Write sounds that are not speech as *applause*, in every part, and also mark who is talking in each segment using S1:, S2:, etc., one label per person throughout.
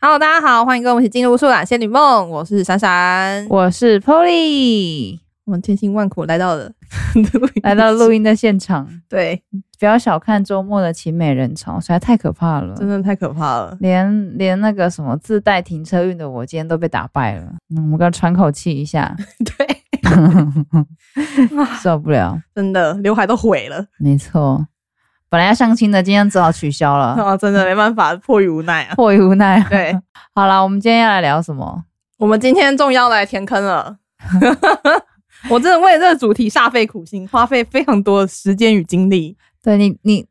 S1: Hello，大家好，欢迎跟我们一起进入《树懒仙女梦》，我是闪闪。我
S2: 我是 Polly，
S1: 们千辛万苦来到 *laughs* 了录音
S2: 来
S1: *laughs*
S2: 到
S1: 室
S2: 录音的现场。
S1: 对，
S2: 不要小看周末的勤美人潮，实在太可怕了。
S1: 真的太可怕了。
S2: 连连那个什么自带停车运的我，今天都被打败了。嗯我们刚喘口气
S1: *laughs*
S2: 一下，
S1: *laughs* 对，
S2: 受不了。
S1: 真的刘海都毁了
S2: 没错，本来要相亲的，今天只好取消了，
S1: 啊！真的没办法，迫于无奈啊。
S2: 迫于无奈。
S1: 对，
S2: 好啦，我们今天要来聊什么？
S1: 我们今天终于要来填坑了。 *laughs* 我真的为了这个主题煞费苦心，花费非常多的时间与精力。
S2: 对你，你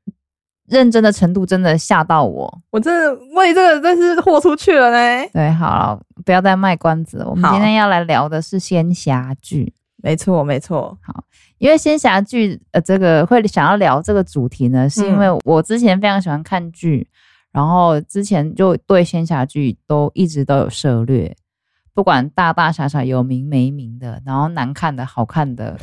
S2: 认真的程度真的吓到我。
S1: 我真的为这个真是豁出去了呢。
S2: 对，好了，不要再卖关子了。我们
S1: 好
S2: 今天要来聊的是仙侠剧。
S1: 没错，没错，
S2: 因为仙侠剧呃，这个会想要聊这个主题呢，是因
S1: 嗯
S2: 为我之前非常喜欢看剧，然后之前就对仙侠剧都一直都有涉略，不管大大小小有名没名的，然后难看的、好看
S1: *laughs*
S2: 的，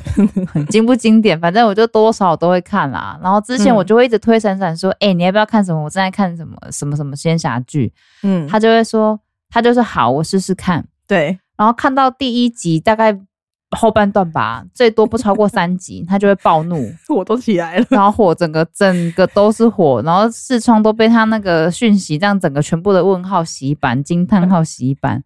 S2: 很经不经典，反正我就多少都会看啦。然后之前
S1: 嗯
S2: 我就会一直推闪闪说：“哎、你要不要看什么？我正在看什么什么什么仙侠剧。”
S1: 嗯，
S2: 他就会说：“他就是好，我试试看。”
S1: 对，
S2: 然后看到第一集大概后半段吧，最多不超过
S1: *laughs*
S2: 三集，他就会暴怒，
S1: 我都起来了。
S2: 然后火整个整个都是火，然后视窗都被他那个讯息这样整个全部的问号洗版、惊叹号洗版，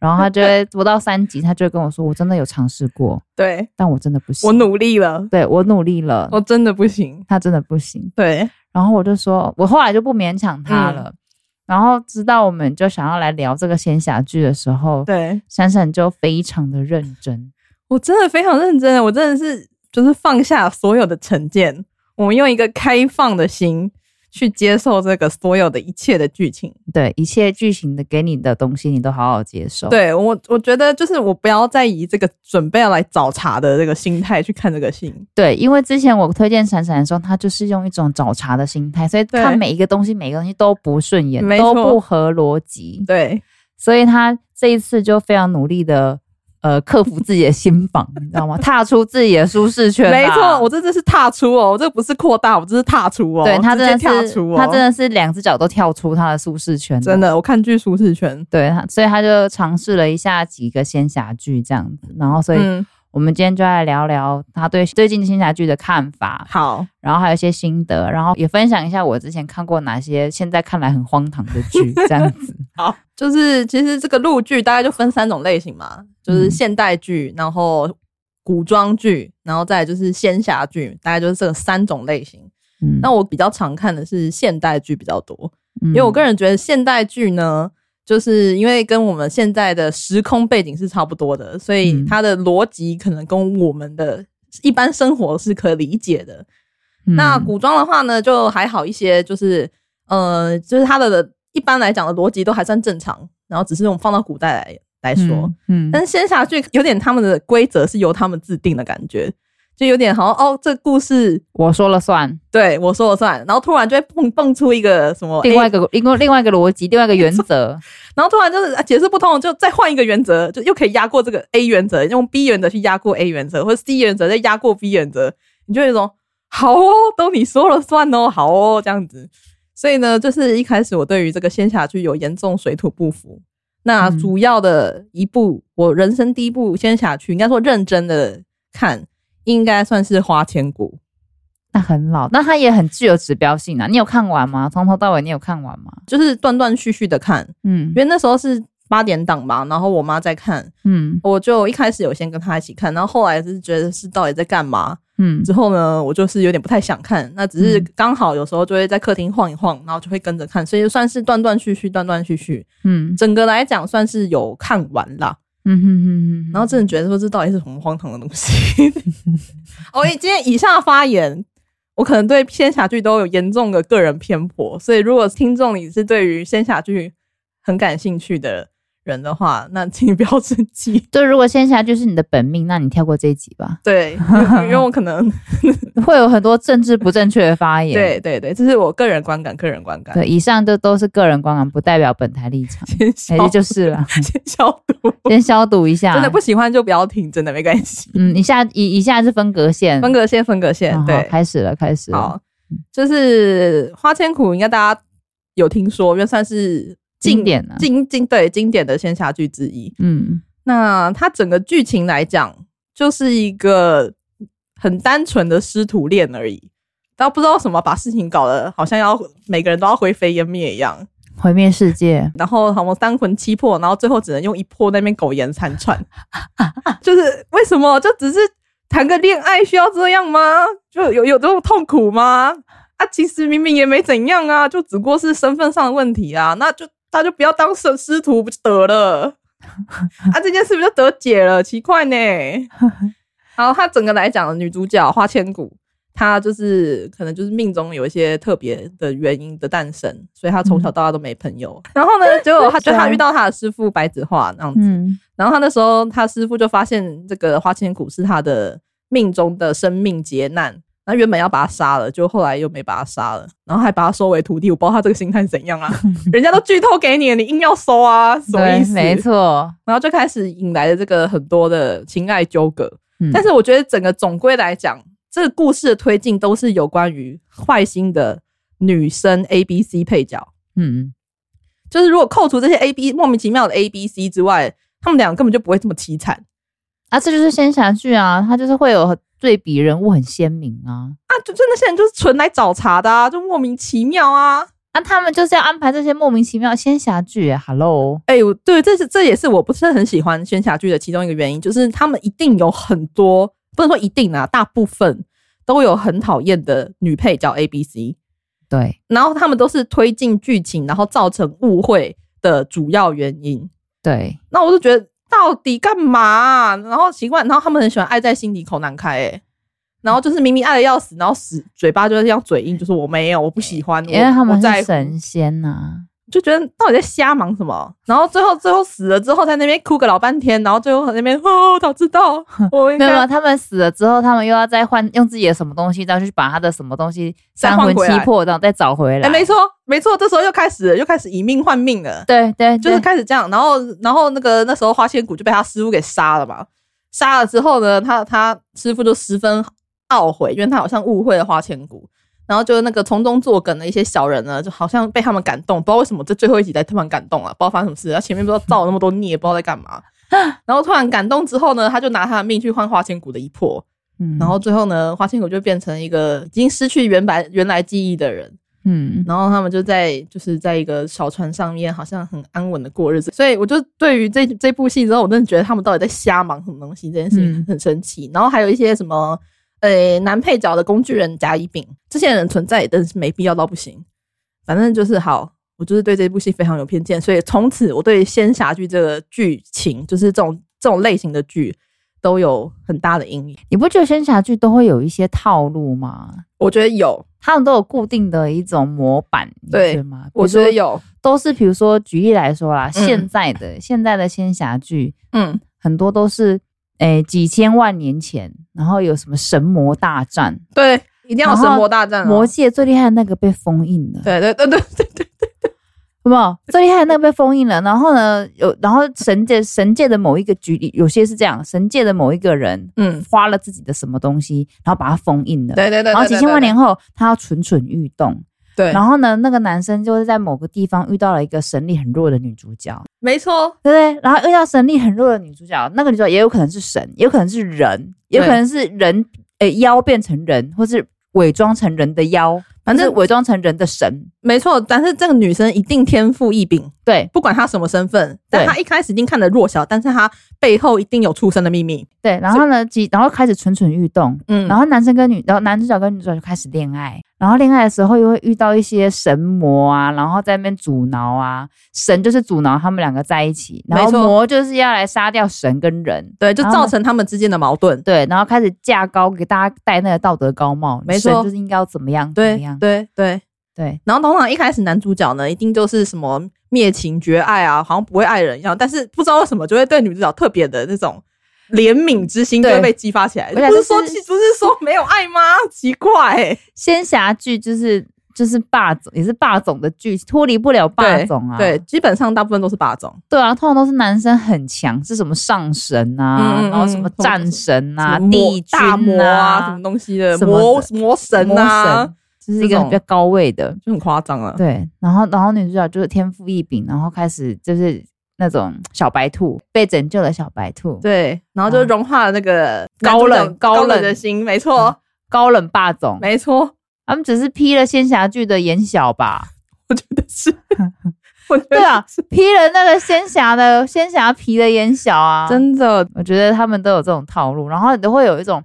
S2: 然后他
S1: *laughs*
S2: 就会不到三集，他就会跟我说：“我真的有尝试过，
S1: 对
S2: 但我真的不行，
S1: 我努力了，
S2: 对我努力了，
S1: 我真的不行。
S2: 他真的不行。”
S1: 对，
S2: 然后我就说，我后来就不勉强他
S1: 嗯
S2: 了。然后直到我们就想要来聊这个仙侠剧的时候，
S1: 对
S2: 闪闪就非常的认真，
S1: 我真的非常认真，我真的是就是放下所有的成见，我们用一个开放的心去接受这个所有的一切的剧情。
S2: 对一切剧情的给你的东西，你都好好接受。，
S1: 对我，我觉得就是我不要再以这个准备要来找茬的这个心态去看这个戏。
S2: 对，因为之前我推荐闪闪的时候，他就是用一种找茬的心态，所以
S1: 对
S2: 看每一个东西，每个东西都不顺眼，
S1: 没错
S2: 都不合逻辑，
S1: 对，
S2: 所以他这一次就非常努力的。呃，克服自己的心房，你知道吗？踏出自己的舒适圈啦。
S1: 没错，我这真是踏出哦，我这不是扩大，我这是踏出哦，
S2: 对他真
S1: 直
S2: 的
S1: 接踏
S2: 是，
S1: 出哦，
S2: 他真的是两只脚都跳出他的舒适圈，
S1: 真。的，我看剧舒适圈。
S2: 对他，所以他就尝试了一下几个仙侠剧这样子，然后所以
S1: 嗯，
S2: 我们今天就来聊聊他对最近仙侠剧的看法，
S1: 好，
S2: 然后还有一些心得，然后也分享一下我之前看过哪些现在看来很荒唐的 *laughs* 剧这样子。
S1: 好，就是其实这个陆剧大概就分三种类型嘛，就是
S2: 嗯
S1: 现代剧，然后古装剧，然后再来就是仙侠剧，大概就是这三种类型。
S2: 嗯，
S1: 那我比较常看的是现代剧比较多，
S2: 因
S1: 因为我个人觉得现代剧呢，就是因为跟我们现在的时空背景是差不多的，所以
S2: 嗯
S1: 它的逻辑可能跟我们的一般生活是可理解的。
S2: 嗯
S1: 那古装的话呢，就还好一些，就是呃，就是它的一般来讲的逻辑都还算正常，然后只是我们放到古代来来说，，
S2: 嗯嗯
S1: 但是仙侠剧有点他们的规则是由他们制定的感觉，就有点好像哦，这故事
S2: 我说了算，
S1: 对我说了算，然后突然就会蹦蹦出一个什么
S2: 另外一
S1: 诶
S2: 个另外另外一个逻辑，另外一个原 *laughs* 则，
S1: 然后突然就是啊解释不通，就再换一个原则，就又可以压过这个 A 原则，用 B 原则去压过 A 原则，或者 C 原则再压过 B 原则，你就有一种好哦，都你说了算哦，好哦这样子。所以呢，就是一开始我对于这个仙侠剧有严重水土不服。那
S2: 嗯
S1: 主要的一部，我人生第一部仙侠剧，应该说认真的看，应该算是《花千骨
S2: 那很老，那它也很具有指标性啊。你有看完吗？从头到尾你有看完吗？》，
S1: 就是断断续续的看，
S2: 嗯
S1: 因为那时候是八点档嘛，然后我妈在看，
S2: 嗯
S1: 我就一开始有先跟他一起看，然后后来就是觉得是到底在干嘛。
S2: 嗯
S1: 之后呢，我就是有点不太想看，那只是
S2: 嗯
S1: 刚好有时候就会在客厅晃一晃，然后就会跟着看，所以就算是断断续续，断断续续。
S2: 嗯
S1: 整个来讲算是有看完啦，
S2: 嗯哼哼哼，
S1: 然后真的觉得说这到底是什么荒唐的东西。 *laughs* 哦，今天以下发言，我可能对仙侠剧都有严重的个人偏颇，所以如果听众你是对于仙侠剧很感兴趣的人的话，那请不要生气。
S2: 就如果仙侠就是你的本命，那你跳过这一集吧。
S1: 对，因为因为我可能
S2: 会有很多政治不正确的发言。
S1: 对对对，这是我个人观感，个人观感。
S2: 对，以上这都是个人观感，不代表本台立场。
S1: 先
S2: 哎、
S1: *laughs* 消
S2: 就是啊了， *laughs*
S1: 先消毒，
S2: 先消毒一下。
S1: 真的不，喜欢就不要听，真的没关系。
S2: 嗯，以下以以下是分隔线，啊
S1: 分隔线，分隔线
S2: 好，哦好
S1: 对，
S2: 开始了，开始了。
S1: 好，就是花千骨，应该大家有听说，因为算是
S2: 经典啊，
S1: 经经对经典的仙侠剧之一。
S2: 嗯
S1: 那它整个剧情来讲，就是一个很单纯的师徒恋而已。然后不知道为什么把事情搞得好像要每个人都要灰飞烟灭一样，
S2: 毁灭世界，
S1: 然后好像三魂七魄，然后最后只能用一魄在那边苟延残喘， *laughs* 就是为什么？就只是谈个恋爱需要这样吗？就有有这种痛苦吗？啊，其实明明也没怎样啊，就只不过是身份上的问题啊，那就他就不要当师师徒不就得了？啊，这件事不就得解了？奇怪呢。然后他整个来讲，女主角花千骨，她就是可能就是命中有一些特别的原因的诞生，所以她从小到大都没朋友。然后呢，结果她就她遇到她的师傅白子画那样子，
S2: 嗯
S1: 然后他那时候他师傅就发现这个花千骨是他的命中的生命劫难，那原本要把他杀了，就后来又没把他杀了，然后还把他收为徒弟。我不知道他这个心态是怎样
S2: *laughs*
S1: 啊，人家都剧透给你了，你硬要收啊，什么意
S2: 对，
S1: 思？
S2: 没错，
S1: 然后就开始引来了这个很多的情爱纠葛。
S2: 嗯
S1: 但是我觉得整个总归来讲，这个故事的推进都是有关于坏心的女生 A、B、C 配角。
S2: 嗯
S1: 就是如果扣除这些 A B 莫名其妙的 A B C 之外，他们两个根本就不会这么凄惨
S2: 啊，这就是仙侠剧啊，它就是会有对比人物很鲜明啊，
S1: 啊！就真的现在就是纯来找茬的啊，就莫名其妙啊！
S2: 啊，他们就是要安排这些莫名其妙的仙侠剧欸，Hello，
S1: 哎、我对，这是这也是我不是很喜欢仙侠剧的其中一个原因，就是他们一定有很多，不能说一定啊，大部分都有很讨厌的女配角 A B C，
S2: 对，
S1: 然后他们都是推进剧情，然后造成误会的主要原因。
S2: 对，
S1: 那我就觉得到底干嘛啊、然后奇怪，然后他们很喜欢爱在心里口难开、欸，然后就是明明爱的要死，然后死嘴巴就是要嘴硬，就是我没有，我不喜欢，
S2: 因为
S1: 我
S2: 他们
S1: 我在
S2: 是
S1: 乎
S2: 神仙啊呐、
S1: 就觉得到底在瞎忙什么？然后最后最后死了之后，在那边哭个老半天，然后最后在那边哦，早知道 *laughs* 我应
S2: *laughs* 没有没有，
S1: 该
S2: 他们死了之后，他们又要再换用自己的什么东西，再去把他的什么东西
S1: 再
S2: 三
S1: 换
S2: 魂
S1: 回来
S2: 七魄，然后再找回来。
S1: 哎，没错没错，这时候又开始了又开始以命换命了。
S2: 对对，
S1: 就是开始这样，然后然后那个那时候花千骨就被他师傅给杀了嘛，杀了之后呢，他他师傅就十分懊悔，因为他好像误会了花千骨，然后就是那个从中作梗的一些小人呢，就好像被他们感动，不知道为什么这最后一集才突然感动了，啊不知道发生什么事，他前面不知道造了那么多孽，不知道在干嘛，然后突然感动之后呢，他就拿他的命去换花千骨的一魄，
S2: 嗯
S1: 然后最后呢，花千骨就变成一个已经失去原来原来记忆的人，
S2: 嗯，
S1: 然后他们就在就是在一个小船上面，好像很安稳的过日子。所以我就对于这这部戏之后，我真的觉得他们到底在瞎忙什么东西，这件事情
S2: 嗯
S1: 很生气。然后还有一些什么，呃，男配角的工具人甲乙丙，这些人存在也真是没必要到不行。反正就是好，我就是对这部戏非常有偏见，所以从此我对仙侠剧这个剧情，就是这种这种类型的剧，都有很大的阴影。
S2: 你不觉得仙侠剧都会有一些套路吗？
S1: 我觉得有，
S2: 他们都有固定的一种模板，你
S1: 对
S2: 觉得吗？
S1: 我
S2: 比如
S1: 觉
S2: 说
S1: 得有，
S2: 都是，比如说举例来说啦，现在的现在的仙侠剧
S1: 嗯，
S2: 很多都是诶、几千万年前，然后有什么神魔大战，
S1: 对，一定要有神魔大战、啊，
S2: 魔界最厉害的那个被封印了，
S1: 对对对对对对。
S2: 有没有？最厉害的那个被封印了，然后呢，有然后神界神界的某一个局里，有些是这样，神界的某一个人
S1: 嗯，
S2: 花了自己的什么东西，然后把它封印了。
S1: 对对对，
S2: 然后几
S1: 对
S2: 千万年，后，他要蠢蠢欲动。
S1: 对对，
S2: 然后呢，那个男生就是在某个地方遇到了一个神力很弱的女主角，
S1: 没错，
S2: 对不对？然后遇到神力很弱的女主角，那个女主角也有可能是神，也有可能是人，也有可能是人，诶、妖变成人，或是伪装成人的妖，
S1: 反正
S2: 或是伪装成人的神。
S1: 没错。但是这个女生一定天赋异禀，
S2: 对
S1: 不管她什么身份，但
S2: 对
S1: 她一开始一定看得弱小，但是她背后一定有出生的秘密。
S2: 对，然后呢，几然后开始蠢蠢欲动，
S1: 嗯
S2: 然后男生跟女，然后男主角跟女主角就开始恋爱，然后恋爱的时候又会遇到一些神魔啊，然后在那边阻挠啊，神就是阻挠他们两个在一起，然后
S1: 没错
S2: 魔就是要来杀掉神跟人，
S1: 对，就
S2: 然后
S1: 造成他们之间的矛盾。
S2: 对，然后开始架高给大家戴那个道德高帽，
S1: 没错
S2: 神就是应该要怎么样怎
S1: 对
S2: 么样，
S1: 对对。
S2: 对
S1: 然后通常一开始男主角呢，一定就是什么灭情绝爱啊，好像不会爱人一样，但是不知道为什么就会对女主角特别的那种。怜悯之心就
S2: 对
S1: 会被激发起来，
S2: 而且
S1: 不
S2: 就是
S1: 说
S2: 是
S1: 不是说没有爱吗？奇怪、欸，
S2: 仙侠剧就是就是霸总，也是霸总的剧，脱离不了霸
S1: 对
S2: 总啊，
S1: 对，基本上大部分都是霸总，
S2: 对啊，通常都是男生很强，是什么上神啊，
S1: 嗯嗯嗯
S2: 然后什么战神啊、
S1: 什么魔
S2: 帝君
S1: 大魔啊，
S2: 啊、
S1: 什么东西的
S2: 什么
S1: 魔
S2: 的
S1: 魔神啊
S2: 魔，神就是一个
S1: 这种嗯
S2: 比较高位的，
S1: 就很夸张啊了。
S2: 对。然后，然后女主角就是天赋异禀，然后开始就是那种小白兔被拯救的小白兔，
S1: 对，然后就融化了那个
S2: 高冷
S1: 啊男主角高
S2: 高冷
S1: 冷的心，嗯没错，
S2: 高冷霸总，
S1: 没错，
S2: 他们只是披了仙侠剧的眼小吧？
S1: 我觉得 *laughs* 是，我觉得
S2: 对啊，披了那个仙侠的仙侠皮的眼小啊，
S1: 真的
S2: 我觉得他们都有这种套路，然后都会有一种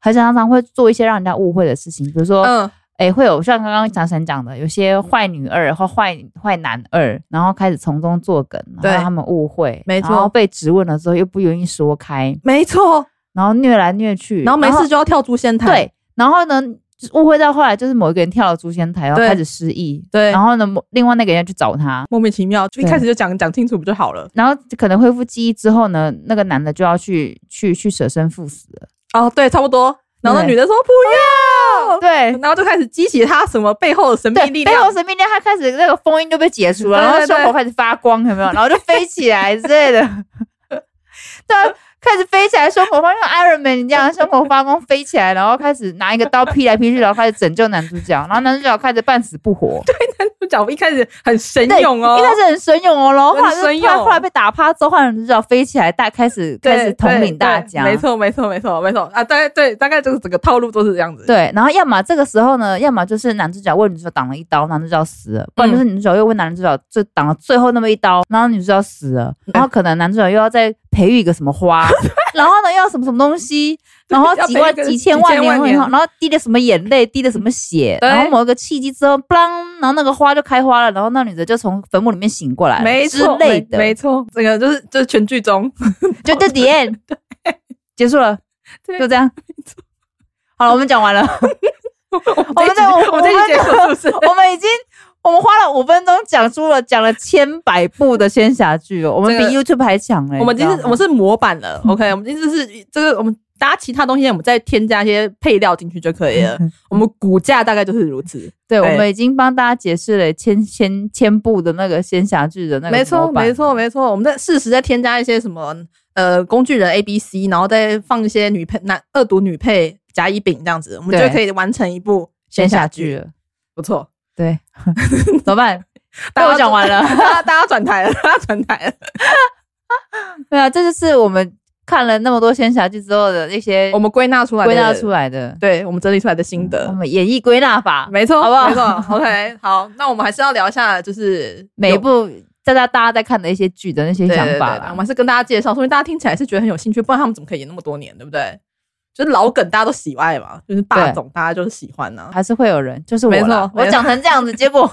S2: 很常常会做一些让人家误会的事情，比如说，
S1: 嗯，
S2: 哎、会有像刚刚闪闪讲的，有些坏女二或坏坏男二，然后开始从中作梗，
S1: 对
S2: 然后他们误会，
S1: 没错
S2: 然后被质问了之后又不愿意说开，
S1: 没错。
S2: 然后虐来虐去，
S1: 然后没事就要跳诛仙台，
S2: 对，然后呢就是误会到后来就是某一个人跳了诛仙台，然后
S1: 对
S2: 开始失忆，
S1: 对
S2: 然后呢某另外那个人要去找他。
S1: 莫名其妙，就一
S2: 对
S1: 开始就讲讲清楚不就好了？
S2: 然后可能恢复记忆之后呢，那个男的就要去去去舍身赴死了。
S1: 哦，对，差不多。然后那
S2: 对
S1: 女的说不
S2: 对
S1: 要，，然后就开始激起他什么背后的神秘
S2: 对，
S1: 力
S2: 背后
S1: 量。
S2: 神秘力量，他开始那个封印就被解除了，
S1: 对
S2: 然后
S1: 对
S2: 胸
S1: 对
S2: 口开始发光，有
S1: *laughs*
S2: 没有？然后就飞起来之类的。 *laughs* 对啊，开始飞起来，胸口发光像 Iron Man 一样，胸口发光飞起来，然后开始拿一个刀劈来劈去，然后开始拯救男主角，然后男主角开始半死不活，
S1: 就讲一开始很神
S2: 对
S1: 勇 *laughs* 哦
S2: 一，开始很神勇哦，然后后来
S1: 很神
S2: 就
S1: 勇
S2: 突然后来被打趴之后，换男主角飞起来，大开始
S1: 对
S2: 开始统领大
S1: 对
S2: 家，
S1: 对没错，没错，没错，没错啊！大概对，大概就是整个套路都是这样子。
S2: 对，然后要么这个时候呢，要么就是男主角为女主角挡了一刀，男主角死了；不然就是女主角又为男主角最挡了最后那么一刀，然后女主角死
S1: *laughs*
S2: 了。然后可能男主角又要再培育一个什么花，然后呢又要什么什么
S1: *laughs*
S2: 东西，然后
S1: 要
S2: 几
S1: 培育
S2: 万
S1: 一个
S2: 几
S1: 几
S2: 千
S1: 千万
S2: 万年后，
S1: 年
S2: 然后滴了什么眼泪，滴了什么血，
S1: 对
S2: 然后某一个契机之后，b 然后那个花就开花了，然后那女的就从坟墓里面醒过来了
S1: 没
S2: 之
S1: 错，
S2: 类
S1: 没
S2: 的，
S1: 没错，这个就是就是全剧终， *laughs*
S2: 就就 the end，结束了，
S1: 对
S2: 就这样。好了，我们讲完了。
S1: 我
S2: 们在
S1: 我
S2: 哦我
S1: 们这
S2: 们
S1: 一集结束是不是？
S2: *laughs* 我们已经我们花了五分钟讲出了讲了千百部的仙侠剧哦，我们比
S1: 这
S2: YouTube 还强哎、
S1: 我们
S2: 你
S1: 今
S2: 知道嗯
S1: 天
S2: 吗
S1: 我们是模板了，OK，我们今天就是这个我们。大家其他东西，我们再添加一些配料进去就可以
S2: 嗯
S1: 了。我们骨架大概就是如此，
S2: 对，
S1: 对
S2: 我们已经帮大家解释了千千千部的那个仙侠剧的那个
S1: 没错，
S2: 模板
S1: 没错，没错。我们在适时再添加一些什么呃工具人 A B C，然后再放一些女配男恶毒女配甲乙丙这样子，我们
S2: 对
S1: 就可以完成一部
S2: 仙侠
S1: 剧
S2: 剧
S1: 了。
S2: 了，
S1: 不错，
S2: *laughs* 对，怎么 *laughs* 办？
S1: 大
S2: 被
S1: 家
S2: 我讲完了， *laughs*
S1: 大家大家转台了，大家转台了。
S2: 对啊，这就是我们看了那么多仙侠剧之后的那些
S1: *laughs* 我们归纳出来的，嗯
S2: 归纳出来的
S1: 对我们整理出来的心
S2: 我
S1: 得，
S2: 们演绎归纳法，
S1: 没错，
S2: 好不好
S1: 没错 *laughs* ，OK，好，那我们还是要聊一下，就是
S2: 每一
S1: 有
S2: 部大家大家在看的一些剧的那些
S1: 对对
S2: 想
S1: 对
S2: 法
S1: 对
S2: 啦
S1: 我们还是跟大家介绍，说明大家听起来是觉得很有兴趣，不然他们怎么可以演那么多年，对不对？就是老梗，大家都喜爱嘛，就是霸
S2: 对
S1: 总，大家就是喜欢啊呐、
S2: 还是会有人，就是我
S1: 没
S2: 啦
S1: 错。没
S2: 我
S1: 错
S2: 讲成这样子，结 *laughs* 果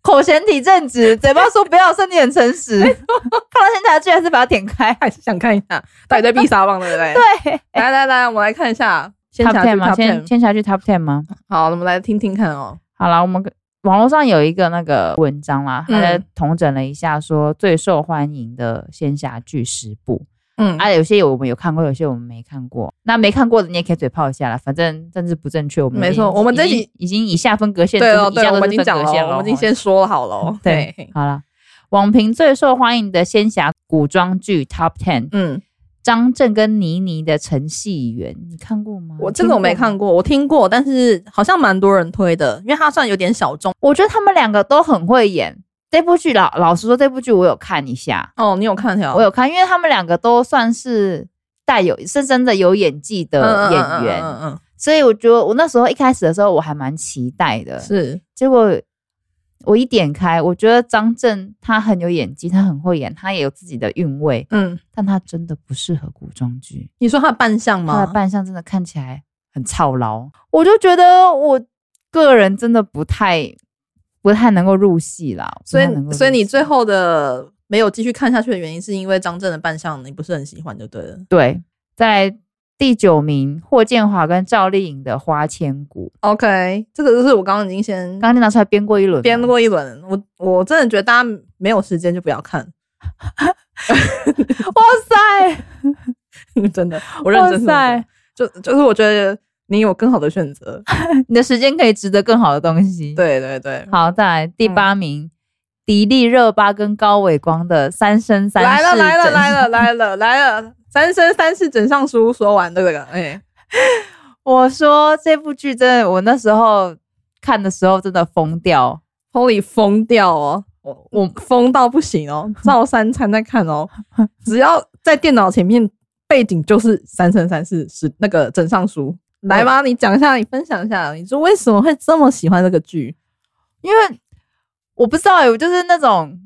S2: 口嫌体正直，嘴巴说不要，身体很诚实。看到现在居然是把它点开，
S1: 还是想看一下 *laughs* 到底在必杀棒，对不 *laughs* 对？
S2: 对
S1: 来来来，我们来看一下仙侠
S2: Top
S1: 剧
S2: Ten 吗？
S1: Top
S2: 先
S1: Ten。
S2: 先下去 Top Ten 吗？
S1: 好，我们来听听看哦。
S2: 好啦，我们网络上有一个那个文章啦，
S1: 嗯
S2: 他在统整了一下，说最受欢迎的仙侠剧十部
S1: 嗯，
S2: 啊，有些有我们有看过，有些我们没看过。那没看过的你也可以嘴炮一下啦，反正政治不正确，我们
S1: 没错
S2: 已经
S1: 我们这
S2: 已经
S1: 集
S2: 已经以下分隔线，
S1: 对哦，
S2: 就
S1: 对
S2: 是以
S1: 哦，
S2: 下
S1: 我
S2: 都是
S1: 们已经
S2: 分
S1: 讲
S2: 隔
S1: 了
S2: 线
S1: 哦，
S2: 咯
S1: 我们已经先说了好了哦。
S2: 对，好了，网评最受欢迎的仙侠古装剧 Top Ten，、
S1: 嗯，
S2: 张震跟倪妮的《陈戏园》，你看过吗？
S1: 我这个我没看
S2: 过。
S1: 过，我听过，但是好像蛮多人推的，因为它算有点小众。
S2: 我觉得他们两个都很会演。这部剧老老实说，这部剧我有看一下，
S1: 哦，你有看条？
S2: 我有看，因为他们两个都算是带有深深的有演技的
S1: 嗯
S2: 演员，
S1: 嗯嗯嗯
S2: 所以我觉得我那时候一开始的时候我还蛮期待的
S1: 嗯，。是，
S2: 结果我一点开，我觉得张震他很有演技，他很会演，他也有自己的韵味，
S1: 嗯，
S2: 但他真的不适合古装剧。
S1: 你说他的扮相
S2: 他
S1: 吗
S2: 的？扮相真的看起来很操劳，我就觉得我个人真的不太不太能够入戏啦。
S1: 所
S2: 不太能
S1: 以，
S2: 够入戏
S1: 所以你最后的没有继续看下去的原因，是因为张震的扮相你不是很喜欢，就对了。
S2: 对在第九名，霍建华跟赵丽颖的《花千骨
S1: OK，这个就是我刚刚已经先》，
S2: 刚刚拿出来编过一轮嘛，
S1: 编过一轮，我我真的觉得大家没有时间就不要看， *laughs*
S2: 哇塞，
S1: 真的，我认真
S2: 哇
S1: 的，就就是我觉得你有更好的选择，
S2: 你的时间可以值得更好的东西。，
S1: 对对对，
S2: 好，再来第八名。迪丽热巴跟高伟光的《三生三
S1: 来
S2: 世》
S1: 了来了
S2: 整
S1: 来了来
S2: *laughs*
S1: 了来了，三生三世整上书说完这个，哎、
S2: 我说这部剧真的，我那时候看的时候真的疯掉。
S1: Holy 疯掉哦，我我疯到不行哦，照三餐在看
S2: *laughs*
S1: 哦，只要在电脑前面，背景就是三生三世是那个枕上书。来吧，你讲一下，你分享一下，你说为什么会这么喜欢这个剧？
S2: 因为我不知道、欸，我就是那种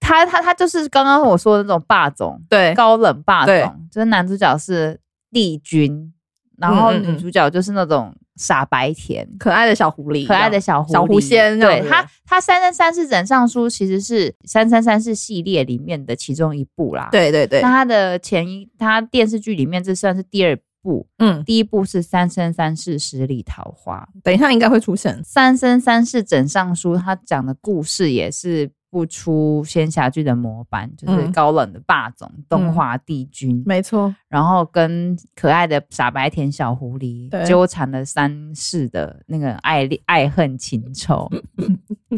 S2: 他他他就是刚刚我说的那种霸总，
S1: 对
S2: 高冷霸
S1: 对
S2: 总，就是男主角是帝君，然后
S1: 嗯嗯嗯
S2: 女主角就是那种傻白甜。
S1: 可爱的小狐狸，
S2: 可爱的小狐狸
S1: 小狐仙这样
S2: 对
S1: 子
S2: 他，他三三三四枕上书其实是三三三四系列里面的其中一部啦。，
S1: 对对对
S2: 那，他的前一，他电视剧里面这算是第二部，
S1: 嗯，
S2: 第一部是《三生三世十里桃花》，
S1: 等一下应该会出现
S2: 《三生三世枕上书》，他讲的故事也是不出仙侠剧的模板，就是
S1: 嗯
S2: 高冷的霸总、东华帝君，
S1: 没错，
S2: 然后跟可爱的傻白甜小狐狸
S1: 对
S2: 纠缠了三世的那个爱恋爱恨情仇。 *laughs*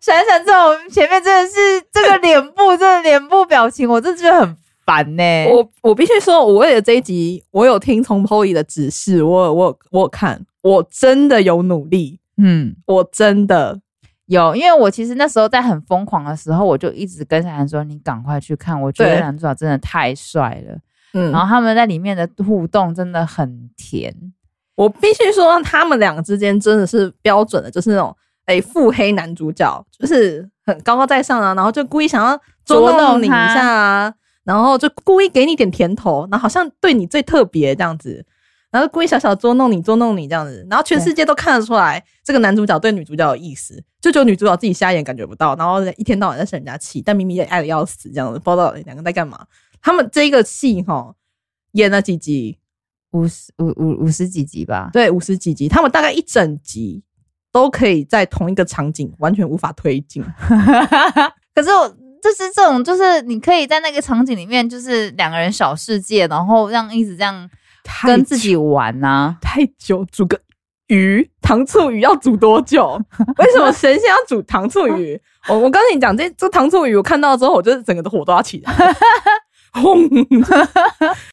S2: 闪闪在我们前面真的是这个脸部，这个脸部表情，我真的觉得很烦呢、
S1: 我我必须说，我为了这一集，我有听从 Polly 的指示，我有我有我有看，我真的有努力，
S2: 嗯，
S1: 我真的
S2: 有，因为我其实那时候在很疯狂的时候，我就一直跟闪闪说：“你赶快去看，我觉得
S1: 对
S2: 男主角真的太帅了。”
S1: 嗯
S2: 然后他们在里面的互动真的很甜，
S1: 我必须说，他们两个之间真的是标准的，就是那种哎、腹黑男主角，就是很高高在上啊，然后就故意想要捉
S2: 捉弄
S1: 弄你一
S2: 他
S1: 下啊，然后就故意给你点甜头，然后好像对你最特别这样子，然后故意小小捉弄你，捉弄你这样子，然后全
S2: 对
S1: 世界都看得出来这个男主角对女主角有意思，就只有女主角自己瞎眼感觉不到，然后一天到晚在生人家气，但明明也爱的要死这样子，不知道两个在干嘛。他们这个戏哈演了几集？
S2: 五十五五五十几集吧。
S1: 对，五十几集，他们大概一整集都可以在同一个场景，完全无法推进。
S2: 可是我就是这种，就是你可以在那个场景里面，就是两个人小世界，然后让一直这样
S1: 太
S2: 跟自己
S1: 久
S2: 玩啊呐、
S1: 太久煮个鱼，糖醋鱼要煮多久？ *laughs* 为什么神仙要煮糖醋鱼？我我跟你讲，这这糖醋鱼我看到之后，我就是整个的火都要起来了。轰！